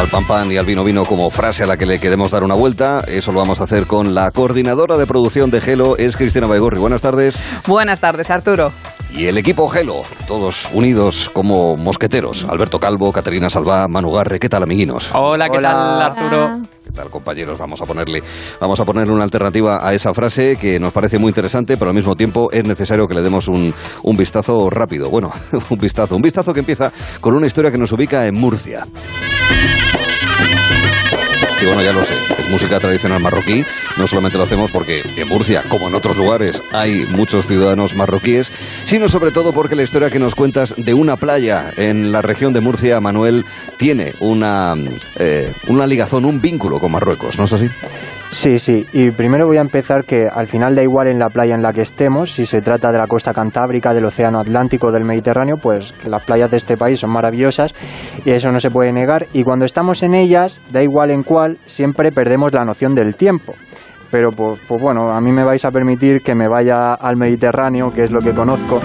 al pan pan y al vino vino como frase a la que le queremos dar una vuelta. Eso lo vamos a hacer con la coordinadora de producción de Gelo, es Cristina Baigorri. Buenas tardes. Buenas tardes, Arturo. Y el equipo Gelo, todos unidos como mosqueteros. Alberto Calvo, Caterina Salvá, Manu Garre, ¿qué tal, amiguinos? Hola, ¿qué tal, Arturo? ¿Qué tal, compañeros? Vamos a ponerle vamos a ponerle una alternativa a esa frase que nos parece muy interesante, pero al mismo tiempo es necesario que le demos un, un vistazo rápido. Bueno, un vistazo, un vistazo que empieza con una historia que nos ubica en Murcia. Sí, bueno, ya lo sé, es música tradicional marroquí. No solamente lo hacemos porque en Murcia, como en otros lugares, hay muchos ciudadanos marroquíes, sino sobre todo porque la historia que nos cuentas de una playa en la región de Murcia, Manuel, tiene una, eh, una ligazón, un vínculo con Marruecos, ¿no es así? Sí, sí. Y primero voy a empezar que al final da igual en la playa en la que estemos, si se trata de la costa cantábrica, del océano Atlántico, del Mediterráneo, pues que las playas de este país son maravillosas y eso no se puede negar. Y cuando estamos en ellas, da igual en cuál, siempre perdemos la noción del tiempo. Pero pues, pues bueno, a mí me vais a permitir que me vaya al Mediterráneo, que es lo que conozco.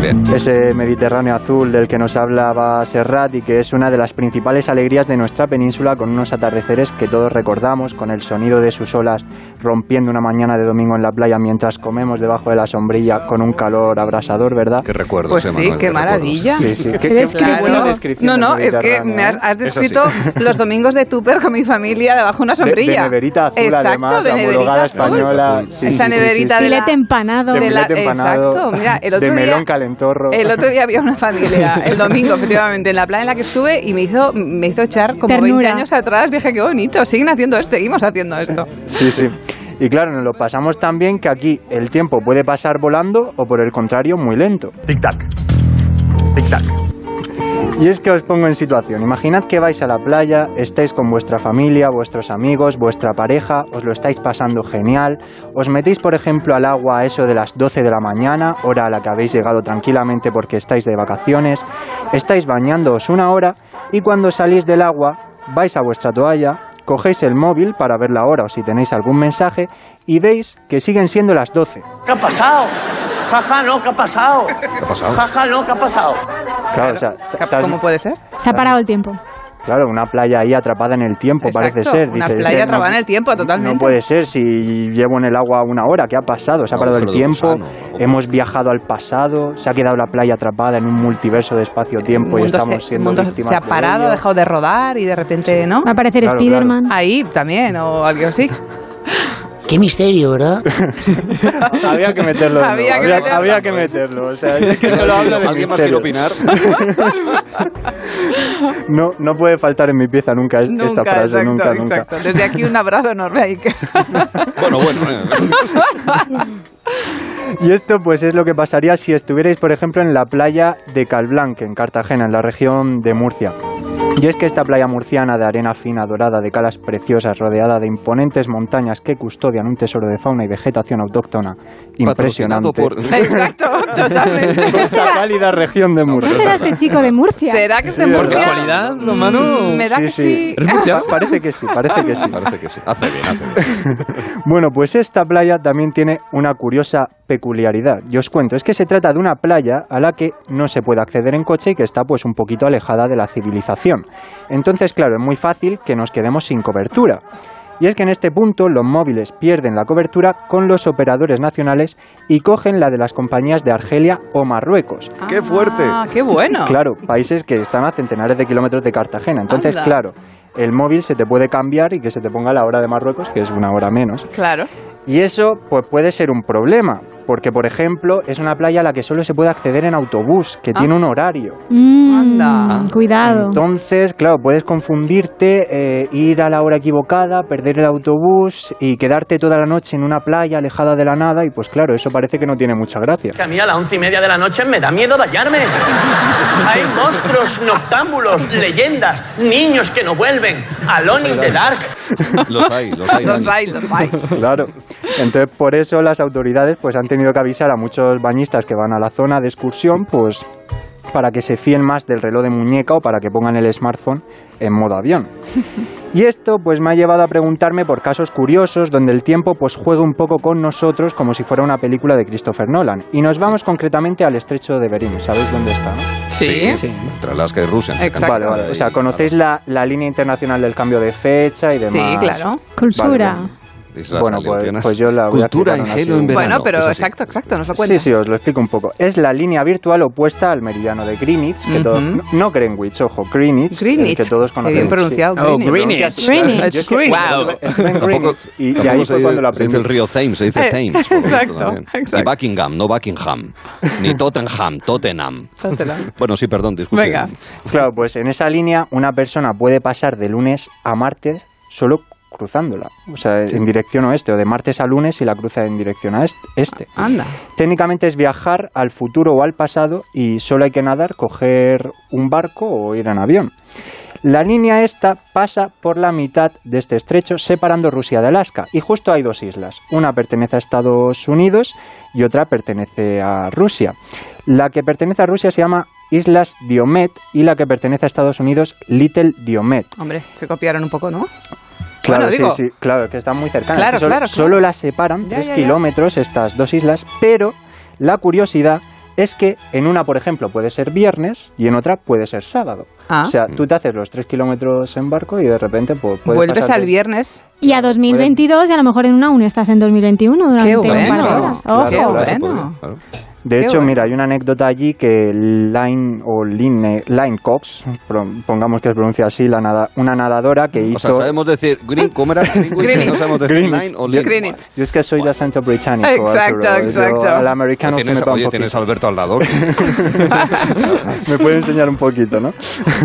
Bien. Ese Mediterráneo azul del que nos hablaba Serrat y que es una de las principales alegrías de nuestra península con unos atardeceres que todos recordamos, con el sonido de sus olas rompiendo una mañana de domingo en la playa mientras comemos debajo de la sombrilla con un calor abrasador, ¿verdad? Qué recuerdos, Pues eh, sí, Manuel, qué recuerdos. maravilla. Sí, sí. Qué, Eres qué- qué claro. buena descripción. No, del no, es que Mediterráneo, me has, ¿eh? has Es así. descrito los domingos de Tupper con mi familia debajo de una De- sombrilla. De, neverita azul, Exacto, además, de neverita homologada azul. española. Esa neverita de la- Filete empanado. de De la- filete empanado, exacto, mira, el otro de día- melón calentorro. El otro día había una familia, el domingo, efectivamente, en la playa en la que estuve y me hizo, me hizo echar como 20 Ternura. años atrás. Dije, qué bonito, siguen haciendo esto, seguimos haciendo esto. Sí, sí. Y claro, nos lo pasamos tan bien que aquí el tiempo puede pasar volando o por el contrario muy lento. Tic tac. Tic tac. Y es que os pongo en situación. Imaginad que vais a la playa, estáis con vuestra familia, vuestros amigos, vuestra pareja, os lo estáis pasando genial, os metéis por ejemplo al agua a eso de las 12 de la mañana, hora a la que habéis llegado tranquilamente porque estáis de vacaciones, estáis bañándoos una hora y cuando salís del agua vais a vuestra toalla, cogéis el móvil para ver la hora o si tenéis algún mensaje y veis que siguen siendo las 12. ¿Qué ha pasado? Jaja, no, ¿qué ha pasado? ¿Qué ha pasado? Jaja, no, ¿qué ha pasado? Claro, o sea, estás- ¿Cómo puede ser? Se ha parado el tiempo. Claro, una playa ahí atrapada en el tiempo, Exacto, parece ser. una Dices, playa "Eh, atrapada en el tiempo, totalmente". No puede ser si llevo en el agua una hora, ¿qué ha pasado? Se ha Un parado el agujero de tiempo, gusano, algo. hemos viajado al pasado, se ha quedado la playa atrapada en un multiverso de espacio-tiempo y mundo estamos se, siendo mundo víctimas se ha de parado, ello. ha dejado de rodar y de repente, ¿no? Va a aparecer Claro, Spiderman. Ahí también, o algo así. Qué misterio, ¿verdad? Había que meterlo, de nuevo, Había que había, meterlo. había que meterlo. O sea, es que solo hablo de ¿Alguien más quiere misterios. opinar? No, no puede faltar en mi pieza nunca, es- esta frase, exacto, nunca, nunca. exacto. Desde aquí un abrazo enorme a Iker. bueno, bueno. eh. Y esto pues es lo que pasaría si estuvierais, por ejemplo, en la playa de Calblanc, en Cartagena, en la región de Murcia. Y es que esta playa murciana de arena fina, dorada, de calas preciosas, rodeada de imponentes montañas que custodian un tesoro de fauna y vegetación autóctona Patrocinado impresionante. por... exacto, totalmente. pues, Esta cálida región de ¿Quién será Murcia. este chico de Murcia? ¿Será que esté en Sí, ¿Por ¿verdad? Murcia? Mm, casualidad, lo mano? Me da que sí. ¿Es murciano? Parece que sí, parece que sí. Parece que sí. Hace bien, hace bien. Bueno, pues esta playa también tiene una curiosa peculiaridad. Yo os cuento, es que se trata de una playa a la que no se puede acceder en coche y que está pues un poquito alejada de la civilización. Entonces, claro, es muy fácil que nos quedemos sin cobertura. Y es que en este punto los móviles pierden la cobertura con los operadores nacionales y cogen la de las compañías de Argelia o Marruecos. ¡Qué fuerte! Ah, qué bueno. Claro, países que están a centenares de kilómetros de Cartagena. Entonces, Anda. claro, el móvil se te puede cambiar y que se te ponga la hora de Marruecos, que es una hora menos. Claro. Y eso pues puede ser un problema, porque por ejemplo es una playa a la que solo se puede acceder en autobús, que Ah. tiene un horario. Mm, Anda. Cuidado. Entonces, claro, puedes confundirte, eh, ir a la hora equivocada, perder el autobús y quedarte toda la noche en una playa alejada de la nada y pues claro, eso parece que no tiene mucha gracia. Que a mí a las once y media de la noche me da miedo bañarme. Hay monstruos, noctámbulos, leyendas, niños que no vuelven, Alone in the Dark. Los hay, los hay. Los Dani. hay, los hay. Claro. Entonces, por eso las autoridades pues han tenido que avisar a muchos bañistas que van a la zona de excursión, pues para que se fíen más del reloj de muñeca o para que pongan el smartphone en modo avión. Y esto pues me ha llevado a preguntarme por casos curiosos donde el tiempo pues juega un poco con nosotros como si fuera una película de Christopher Nolan. Y nos vamos concretamente al estrecho de Bering, ¿sabéis dónde está? no? Sí. Sí. Entre Alaska y Rusia. entre Exacto. Canadá Vale, vale. y- O sea, conocéis la, la línea internacional del cambio de fecha y demás. Sí, claro. Cultura. Vale, Islas Bueno, pues- Aleutianas. pues yo la voy a Cultura en aplicar aún gelo así. en verano. bueno, pero es así. exacto, exacto, nos lo Sí, cuentas. sí, os lo explico un poco. Es la línea virtual opuesta al meridiano de Greenwich, que Ujú. todos, no, no Greenwich, ojo, Greenwich, Greenwich. el que todos Qué conocemos. bien pronunciado, Oh, Greenwich. Greenwich. Greenwich. Yo es que- Wow. Estuve en Tampoco- Greenwich y- y, tampoco ahí se fue dice- cuando lo Se dice el aprendí. río Thames, se dice Eh, Thames. por lo visto, exacto, también. exacto. Y Buckingham, no Buckingham. Ni Tottenham, Tottenham. Tottenham. Bueno, sí, perdón, disculpe. Venga. Claro, pues en esa línea una persona puede pasar de lunes a martes solo cruzándola, o sea, en dirección oeste, o de martes a lunes y la cruza en dirección a est- este. Anda. Técnicamente es viajar al futuro o al pasado y solo hay que nadar, coger un barco o ir en avión. La línea esta pasa por la mitad de este estrecho, separando Rusia de Alaska. Y justo hay dos islas. Una pertenece a Estados Unidos y otra pertenece a Rusia. La que pertenece a Rusia se llama Islas Diomed y la que pertenece a Estados Unidos Little Diomed. Hombre, se copiaron un poco, ¿no? Claro, Bueno, sí, digo- sí, claro, que están muy cercanas. Claro, solo, claro, claro. solo las separan Ya, tres ya, ya. kilómetros estas dos islas, pero la curiosidad es que en una, por ejemplo, puede ser viernes y en otra puede ser sábado. Ah. O sea, tú te haces los tres kilómetros en barco y de repente pues, puedes Vuelves pasar al de- viernes. Y a 2022, y a lo mejor en una aún estás en 2021 durante Qué un par de bueno. horas. Claro, Ojo. Oh, Qué claro, Se bueno. podría, claro. De Qué hecho, bueno. mira, hay una anécdota allí que Line o Line, Line Cox, pro- pongamos que se pronuncia así, la nada, una nadadora que hizo... O sea, sabemos decir Green, ¿cómo era? Greenwich, no sabemos decir Greenwich. Line o Lin. Greenwich. Yo es que soy de acento británico. Exacto, Arturo. Yo exacto. al americano se me Tienes, va un oye, poquito. tienes a Alberto al lado. Me puede enseñar un poquito, ¿no?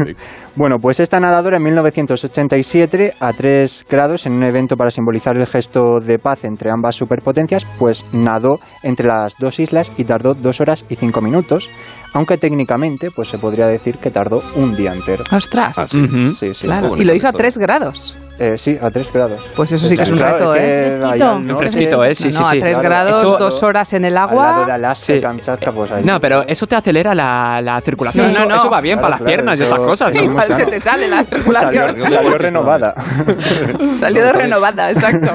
bueno, pues esta nadadora en 1987, a 3 grados, en un evento para simbolizar el gesto de paz entre ambas superpotencias, pues nadó entre las dos islas y tardó 2 horas y 5 minutos, aunque técnicamente pues se podría decir que tardó un día entero. Ostras. Ah, sí. Ujú. Sí, sí. Muy Claro. Y bonita lo hizo a historia. 3 grados. Eh, sí, a 3 grados. Pues eso sí que es un Claro, reto, ¿eh? que allá al norte, Fresquito, ¿eh? Sí, no, sí, no, sí. a 3 claro. grados, Eso- dos horas en el Al lado de agua. Alaska, Sí. Kamchatka, pues ahí. No, pero eso te acelera la, la circulación. Sí. Eso, No, no. eso va bien Claro, para las claro, piernas y eso- esas cosas. sí, ¿no? Eh, Igual o sea, se te sale la circulación. Salió, salió renovada. Salió de renovada, exacto.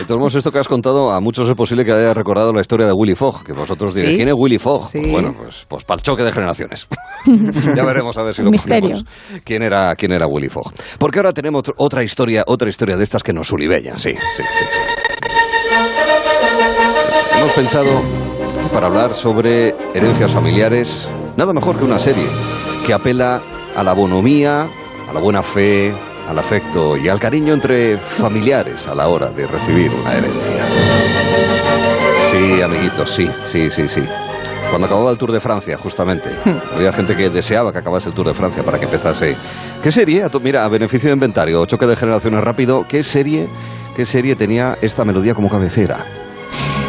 De todos modos, esto que has contado, a muchos es posible que haya recordado la historia de Willy Fogg, que vosotros diréis, Sí. ¿quién es Willy Fogg? Sí. Pues bueno, pues, pues para el choque de generaciones. ya veremos a ver si lo Misterio. ponemos. ¿Quién era, quién era Willy Fogg? Porque ahora tenemos otro- otra historia, otra historia de estas que nos ulibellan, sí, sí, sí, sí. Hemos pensado para hablar sobre herencias familiares, nada mejor que una serie que apela a la bonomía, a la buena fe, al afecto y al cariño entre familiares a la hora de recibir una herencia. Sí, amiguitos, sí, sí, sí, sí. Cuando acababa el Tour de Francia, justamente, había gente que deseaba que acabase el Tour de Francia para que empezase. ¿Qué serie? A tu- Mira, a beneficio de inventario, choque de generaciones rápido, ¿qué serie, qué serie tenía esta melodía como cabecera?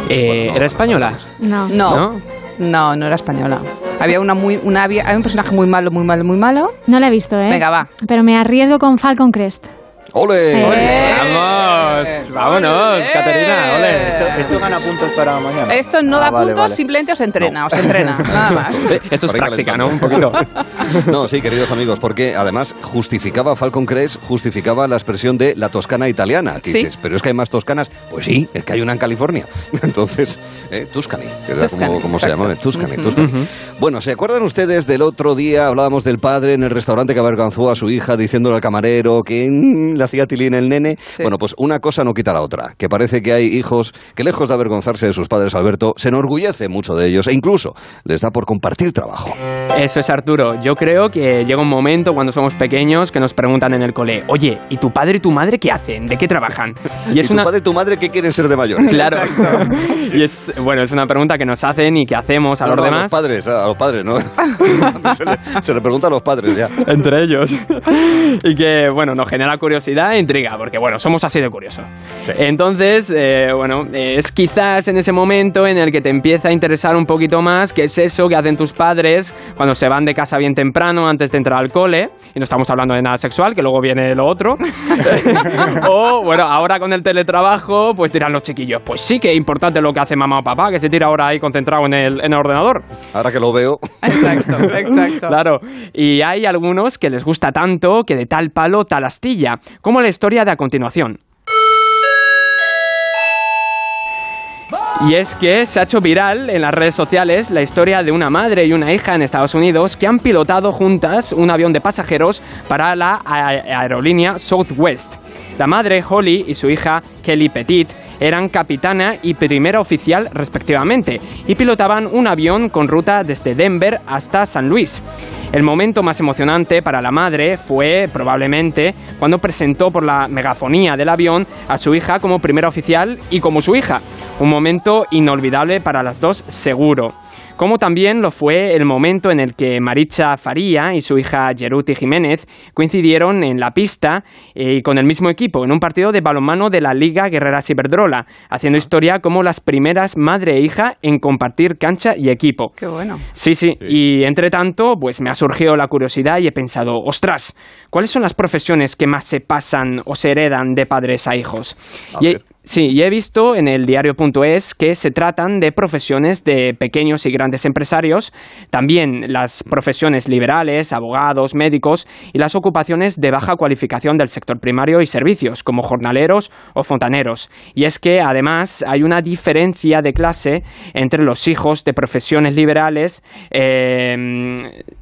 Eh, Bueno, no, ¿Era no española? sabemos. No. No, ¿No? no, no era española. Había una muy, una, había, había un personaje muy malo, muy malo, muy malo. No la he visto, ¿eh? Venga, va. Pero me arriesgo con Falcon Crest. ¡Ole! ¡Ole! ¡Vamos! ¡Vámonos, ¡Eh! Caterina! ¡Ole! Esto, esto gana puntos para mañana. Esto no Ah, da vale, puntos, vale. simplemente os entrena, os entrena, nada más. Eh, Esto es Para ir práctica, ¿no? Un calentando. poquito. No, sí, queridos amigos, porque además justificaba Falcon Crest, justificaba la expresión de la toscana italiana. Que Sí. dices, pero es que hay más toscanas. Pues sí, es que hay una en California. Entonces, eh, Tuscany, que era Tuscany, como, como se exacto. llamaba, Tuscany, Tuscany. Bueno, ¿se acuerdan ustedes del otro día? Hablábamos del padre en el restaurante que avergonzó a su hija diciéndole al camarero que mm, le hacía tilín el nene. Sí. Bueno, pues una cosa no quita la otra, que parece que hay hijos que lejos de avergonzarse de sus padres, Alberto, se enorgullece mucho de ellos e incluso les da por compartir trabajo. Eso es Arturo. Yo creo que llega un momento cuando somos pequeños que nos preguntan en el cole, oye, ¿y tu padre y tu madre qué hacen? ¿De qué trabajan? ¿Y, tu padre y tu madre qué quieren ser de mayores? Claro. y es, bueno, es una pregunta que nos hacen y que hacemos a No, los no, a demás. los padres, a los padres, ¿no? se, le, se le pregunta a los padres ya. entre ellos. y que, bueno, nos genera curiosidad e intriga, porque, bueno, somos así de curiosos. maravilloso. Entonces, eh, bueno, eh, es quizás en ese momento en el que te empieza a interesar un poquito más qué es eso que hacen tus padres cuando se van de casa bien temprano antes de entrar al cole, y no estamos hablando de nada sexual, que luego viene lo otro. o, bueno, ahora con el teletrabajo, pues dirán los chiquillos, pues sí que es importante lo que hace mamá o papá, que se tira ahora ahí concentrado en el, en el ordenador. Ahora que lo veo, Exacto, exacto. Claro, y hay algunos que les gusta tanto que de tal palo tal astilla, como la historia de a continuación. Y es que se ha hecho viral en las redes sociales la historia de una madre y una hija en Estados Unidos que han pilotado juntas un avión de pasajeros para la a- aerolínea Southwest. La madre, Holly, y su hija, Kelly Petit, eran capitana y primera oficial respectivamente y pilotaban un avión con ruta desde Denver hasta San Luis. El momento más emocionante para la madre fue probablemente cuando presentó por la megafonía del avión a su hija como primera oficial y como su hija. Un momento inolvidable para las dos, seguro. Como también lo fue el momento en el que Maricha Faría y su hija Yeruti Jiménez coincidieron en la pista eh, y con el mismo equipo en un partido de balonmano de la Liga Guerreras Iberdrola, haciendo historia como las primeras madre e hija en compartir cancha y equipo. Qué bueno. Sí, sí, Y entre tanto, pues me ha surgido la curiosidad y he pensado, ostras, ¿cuáles son las profesiones que más se pasan o se heredan de padres a hijos? A Y he- ver. sí, y he visto en el diario.es que se tratan de profesiones de pequeños y grandes empresarios, también las profesiones liberales, abogados, médicos y las ocupaciones de baja cualificación del sector primario y servicios, como jornaleros o fontaneros. Y es que además hay una diferencia de clase entre los hijos de profesiones liberales eh,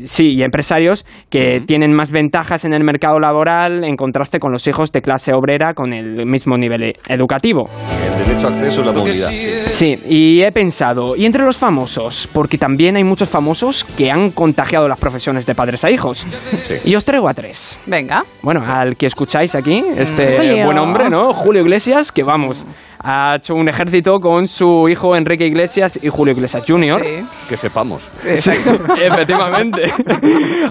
sí, y empresarios que tienen más ventajas en el mercado laboral en contraste con los hijos de clase obrera con el mismo nivel e- educativo. el derecho a acceso es la movilidad. Sí, y he pensado, y entre los famosos, porque también hay muchos famosos que han contagiado las profesiones de padres a hijos. Y os traigo a tres. Venga. Bueno, al que escucháis aquí, Mm. este Julio. buen oh. hombre, ¿no? Julio Iglesias, que vamos, ha hecho un ejército con su hijo Enrique Iglesias y Julio Iglesias Jr. Sí. Que sepamos. Exacto. Efectivamente.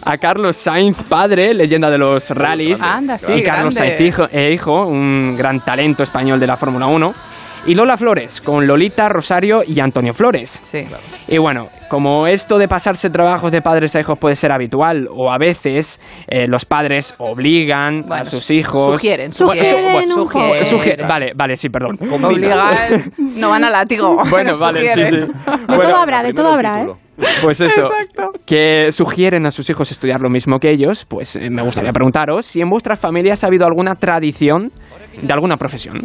A Carlos Sainz, padre, leyenda de los rallies. Anda, sí, y Carlos grande. Sainz, hijo, eh, hijo, un gran talento español de la Fórmula 1. Y Lola Flores, con Lolita, Rosario y Antonio Flores. Sí. Y bueno, como esto de pasarse trabajos de padres a hijos puede ser habitual, o a veces eh, los padres obligan a Bueno, sus hijos. Sugieren, Sugieren sugieren. un poco. Sugieren. Sugi- vale, vale, sí, perdón. Obligar. No van a látigo. Bueno, vale, sí, sugieren. sí. De todo habrá, de primero todo el habrá, ¿eh? título. Pues eso, que sugieren a sus hijos estudiar lo mismo que ellos, pues eh, me gustaría preguntaros si en vuestras familias ha habido alguna tradición de alguna profesión.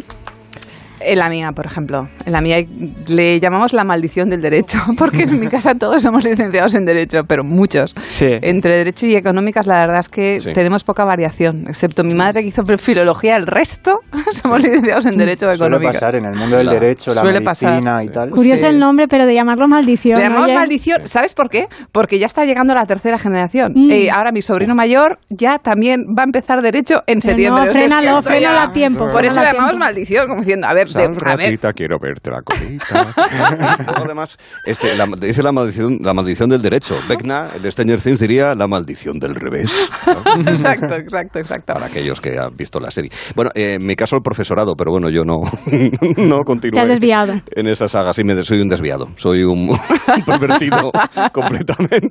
En la mía, por ejemplo. En la mía hay- le llamamos la maldición del derecho, porque en mi casa todos somos licenciados en derecho, pero muchos. Sí. Entre derecho y económicas, la verdad es que Sí. tenemos poca variación, excepto mi madre que hizo filología, el resto somos licenciados en derecho o Suele económicas. pasar en el mundo del Claro. derecho, la Suele pasar. medicina y tal. Curioso el nombre, pero de llamarlo maldición. Le llamamos oye. maldición. ¿Sabes por qué? Porque ya está llegando la tercera generación. Mm. Eh, ahora mi sobrino mayor ya también va a empezar derecho en Pero septiembre. No, O sea, es que frénalo, esto ya- frénalo a tiempo. Por eso le frénalo a llamamos tiempo. maldición, como diciendo, a ver, de- Sal a ver, ratita, quiero verte la colita. Además, este, la, dice la maldición, la maldición del derecho. Beckna, el de Stranger Things, diría la maldición del revés. ¿no? Exacto, exacto, exacto. Para aquellos que han visto la serie. Bueno, eh, en mi caso el profesorado, pero bueno, yo no, no continúo. Te has desviado. En esa saga, sí, me, soy un desviado. Soy un, un pervertido completamente.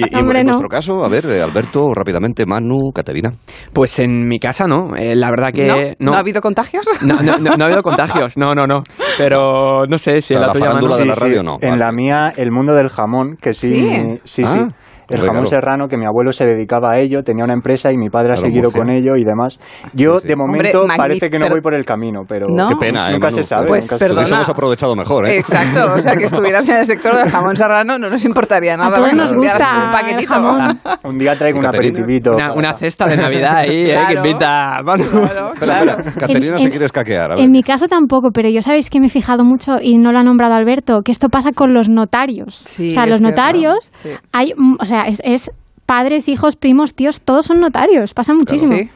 Y, y bueno, Hombre, en no. nuestro caso, a ver, eh, Alberto, rápidamente, Manu, Caterina. Pues en mi casa no, eh, la verdad que ¿No? ¿No ha habido contagios? No, no, no- no ha habido contagios, no, no, no. Pero no sé si O sea, en la, la tuya Manu, farándula de sí. la radio, no. En Vale. la mía, el mundo del jamón, que sí, Sí. mi- sí, Ah, sí. El hombre, jamón claro. serrano, que mi abuelo se dedicaba a ello, tenía una empresa y mi padre ha Claro, seguido Murcia. con ello y demás. Yo, sí. de Hombre, momento, magnífico, parece que no pero- voy por el camino, pero No. Qué pena, ¿eh, nunca Manu? se sabe. Pues, nunca se perdona. Hubiésemos aprovechado mejor, ¿eh? Exacto, o sea, que estuvieras en el sector del jamón serrano no nos importaría nada. A todos que nos enviaras gusta un el paquetito. jamón. sabe. Un día traigo un Caterina. aperitivito. Una, una cesta de Navidad ahí, eh, Claro. que invita a Manu. Claro, Espera, claro. espera, Caterina En- se en- quiere escaquear. a ver. En mi caso tampoco, pero yo sabéis que me he fijado mucho y no lo ha nombrado Alberto, que esto pasa con los notarios. Sí, o sea, es los cierto. notarios, Sí. hay, mm, o sea, es, es padres, hijos, primos, tíos, todos son notarios, pasa muchísimo. Sí.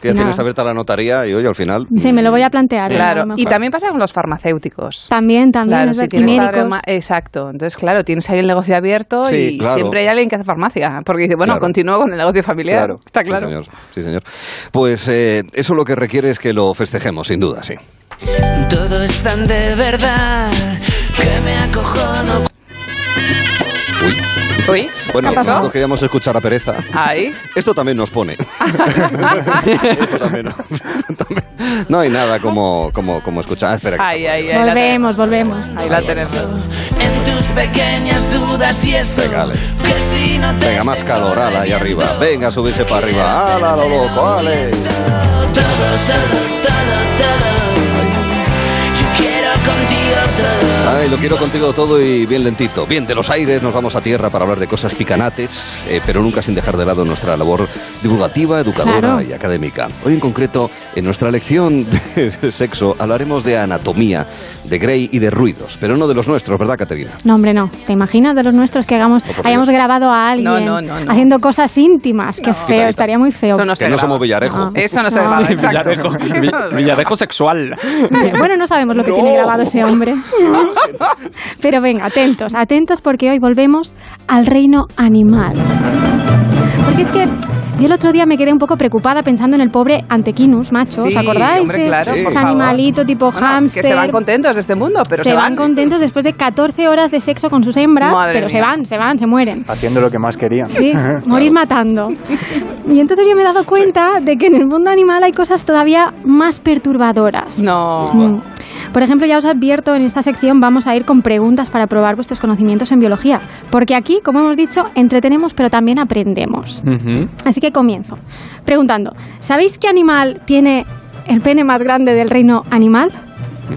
Que ya Nada. tienes abierta la notaría y oye, al final. mm, Sí, me lo voy a plantear. ¿eh? a Claro, lo y mejor. también pasa con los farmacéuticos. También, también, Claro, es si verdad, y tienes médicos. farma- Exacto. Entonces, claro, tienes ahí el negocio abierto Sí, y claro. siempre hay alguien que hace farmacia. Porque dice, bueno, Claro. continúo con el negocio familiar. Claro. Está claro. Sí, señor. Sí, señor. Pues eh, eso lo que requiere es que lo festejemos, sin duda, sí. Todo es tan de verdad que me acojono. Uy. Uy, Bueno, ¿qué ha nosotros pasado? queríamos escuchar a Pereza. Ahí. Esto también nos pone. Eso también. No, También. No hay nada como, como, como escuchar. Ah, espera, que Ahí, está ahí, ahí. la Volvemos, volvemos. tenemos. Ahí la tenemos. En tus pequeñas dudas y eso. Venga, ale. Que si no te Venga, más calorada ahí arriba. Venga, subirse para arriba. Ah. ¡Hala, lo loco! ¡Ale! Todo, todo, todo, todo. Yo quiero contigo todo. Ay, lo quiero contigo todo y bien lentito. Bien, de los aires nos vamos a tierra para hablar de cosas picanates, eh, pero nunca sin dejar de lado nuestra labor divulgativa, educadora Claro. y académica. Hoy en concreto, en nuestra lección de sexo, hablaremos de anatomía, de Grey y de ruidos, pero no de los nuestros, ¿verdad, Caterina? No, hombre, no. ¿Te imaginas de los nuestros que hagamos, por Dios. hayamos grabado a alguien no, no, no. haciendo cosas íntimas? Qué feo, quita. estaría muy feo. Eso no que se no graba. somos Villarejo. Ajá. Eso no se No. graba, exacto. Villarejo, vi- Villarejo sexual. Bueno, no sabemos lo que tiene grabado ese hombre. Pero venga, atentos, atentos porque hoy volvemos al reino animal. Porque es que yo el otro día me quedé un poco preocupada pensando en el pobre Antequinus, macho. Sí, ¿Os acordáis? hombre, Eh, claro, Sí. por Ese favor. animalito tipo Bueno, hámster. Que se van contentos de este mundo, pero se, Se van contentos después de 14 horas de sexo con sus hembras, Madre pero se mía. van, se van, se mueren. Haciendo lo que más quería. Sí, morir matando. Y entonces yo me he dado cuenta de que en el mundo animal hay cosas todavía más perturbadoras. No. Mm. Por ejemplo, ya os advierto, en esta sección vamos a ir con preguntas para probar vuestros conocimientos en biología. Porque aquí, como hemos dicho, entretenemos pero también aprendemos. Ujú. Así que comienzo preguntando, ¿sabéis qué animal tiene el pene más grande del reino animal?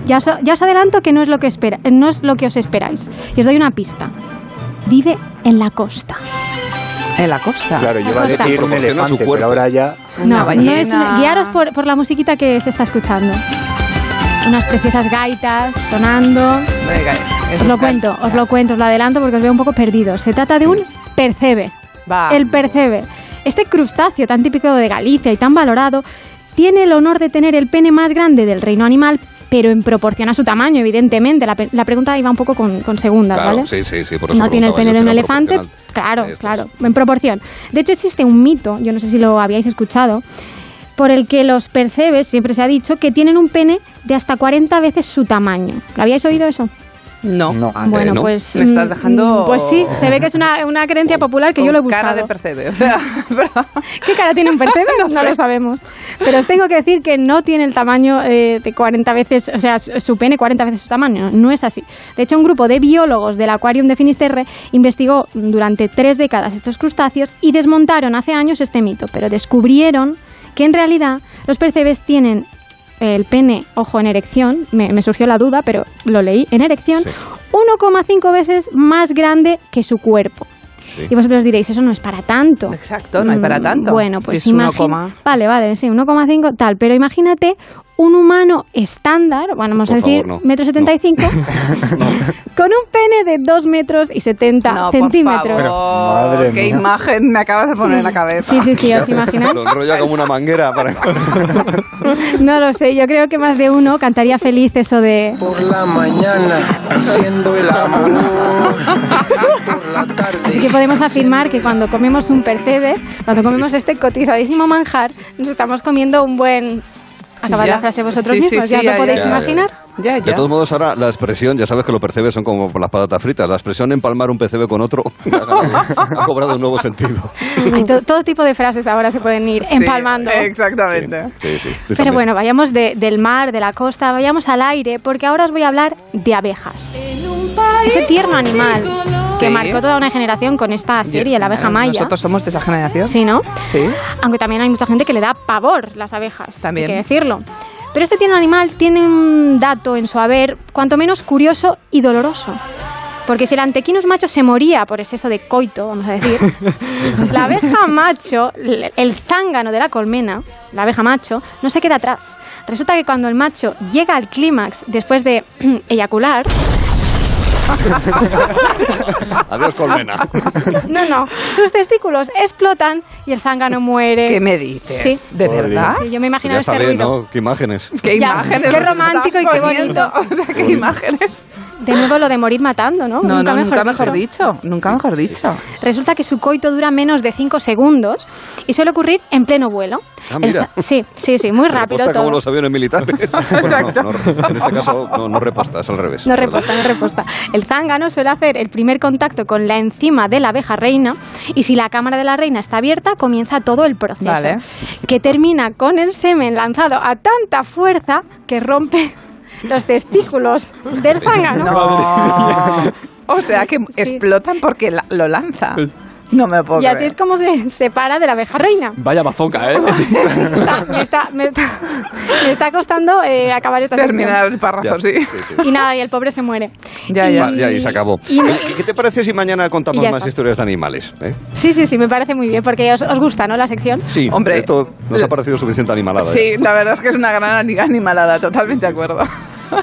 Ya os, ya os adelanto que no es, lo que espera, eh, no es lo que os esperáis. Y os doy una pista. Vive en la costa. En la costa. Claro, yo iba a decir un Proporciona su elefante, cuerpo. pero ahora ya... Una No, no ballena. es una- guiaros por, por la musiquita que se está escuchando. Unas preciosas gaitas sonando. Venga, eso Os lo está. cuento, os lo cuento, os lo adelanto porque os veo un poco perdidos. Se trata de un percebe. Va. Ah, El percebe. Este crustáceo tan típico de Galicia y tan valorado tiene el honor de tener el pene más grande del reino animal, pero en proporción a su tamaño, evidentemente. La, pe- la pregunta iba un poco con, con segundas, Claro, ¿vale? sí, sí, sí. Por eso No tiene el preguntaba pene yo de si un era elefante, proporcional. claro, Esto es. claro, en proporción. De hecho, existe un mito, yo no sé si lo habíais escuchado, por el que los percebes, siempre se ha dicho, que tienen un pene de hasta 40 veces su tamaño. ¿Lo habíais oído eso? Ah. No. No. Bueno, ¿no? pues... Me estás mm, dejando- mm, Pues sí, se ve que es una, una creencia popular que Con yo lo he buscado. Cara de percebe, o sea, perdón. ¿Qué cara tiene un percebe? no sé. lo sabemos. Pero os tengo que decir que no tiene el tamaño eh, de 40 veces, o sea, su su pene 40 veces su tamaño. No es así. De hecho, un grupo de biólogos del Aquarium de Finisterre investigó durante tres décadas estos crustáceos y desmontaron hace años este mito, pero descubrieron que en realidad los percebes tienen el pene, ojo, en erección, me, me surgió la duda, pero lo leí, en erección, 1,5 veces más grande que su cuerpo. Sí. Y vosotros diréis, eso no es para tanto. Exacto, no hay para Mm, tanto. Bueno, Si pues es uno imagi- coma- Vale, vale, sí, 1,5 tal, pero imagínate un humano estándar, bueno, vamos a Por favor, decir, no. metro 75, con un pene de 2 metros y 70 No, por centímetros. favor, Madre qué mía. imagen me acabas de poner en la cabeza. Sí, sí, sí, os imagináis. Lo enrolla como una manguera para... No lo sé, yo creo que más de uno cantaría feliz eso de... Por la mañana haciendo el amor. Por la Así tarde. que podemos afirmar que cuando comemos un percebe, cuando comemos este cotizadísimo manjar, nos estamos comiendo un buen... Acabad Ya. la frase vosotros Sí, sí, mismos, sí, ya ya, ya. lo podéis Ya, ya, ya. imaginar. Ya, De ya. todos modos, ahora la expresión, ya sabes que los percebes son como las patatas fritas. La expresión empalmar un percebe con otro ha, ganado- ha cobrado un nuevo sentido. Hay to- todo tipo de frases ahora se pueden ir Sí, empalmando. Exactamente. Sí, sí, sí, Pero también. bueno, vayamos de- del mar, de la costa, vayamos al aire, porque ahora os voy a hablar de abejas. Ese tierno animal que Sí. marcó toda una generación con esta serie, la abeja maya. eh, Nosotros somos de esa generación. Sí, ¿no? Sí. Aunque también hay mucha gente que le da pavor las abejas, También. hay que decirlo. Pero este tierno animal tiene un dato en su haber, cuanto menos curioso y doloroso. Porque si el antequinus macho se moría por exceso de coito, vamos a decir, la abeja macho, l- el zángano de la colmena, la abeja macho, no se queda atrás. Resulta que cuando el macho llega al clímax después de eyacular, Adiós, colmena. No, no. Sus testículos explotan y el zángano muere. ¿Qué me dices? Eh, Ah, Sí. ¿De verdad? Sí, yo me imagino Ya este está bien, ruido. ¿no? Qué imágenes. Qué Ya, imágenes. qué nos estás romántico y qué poniendo. bonito. O sea, qué imágenes. De nuevo lo de morir matando, ¿no? No, no, nunca mejor dicho. Nunca mejor dicho. Resulta que su coito dura menos de 5 segundos y suele ocurrir en pleno vuelo. Ah, El mira. sa- sí, sí, sí, muy rápido Reposta todo. como los aviones militares. Exacto. en este caso, no, no reposta, es al revés. No ¿verdad? reposta, no reposta. El zángano suele hacer el primer contacto con la enzima de la abeja reina y si la cámara de la reina está abierta, comienza todo el proceso. Vale. Que termina con el semen lanzado a tanta fuerza que rompe los testículos del zángano. No. O sea que Sí. explotan porque la- lo lanza. No me lo puedo Y así creer. es como se separa de la abeja reina. Vaya bazooka, ¿eh? Está- me, está, me está- me está costando eh, acabar esta sección. terminar el párrafo, Ya, sí. sí. Y nada, y el pobre se muere. Ya, Y- Va, ya, y se acabó. y- Oye, ¿Qué, qué te parece si mañana contamos Y ya más está. historias de animales? eh? Sí, sí, sí, me parece muy bien, porque os, os gusta, ¿no? La sección. Sí, Hombre. esto nos ha parecido suficiente animalada. ¿eh? Sí, la verdad es que es una gran ani- animalada, totalmente de acuerdo.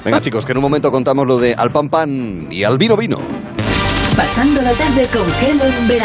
Venga, chicos, que en un momento contamos lo de al pan pan y al vino vino. Pasando la tarde con Gelo en verano.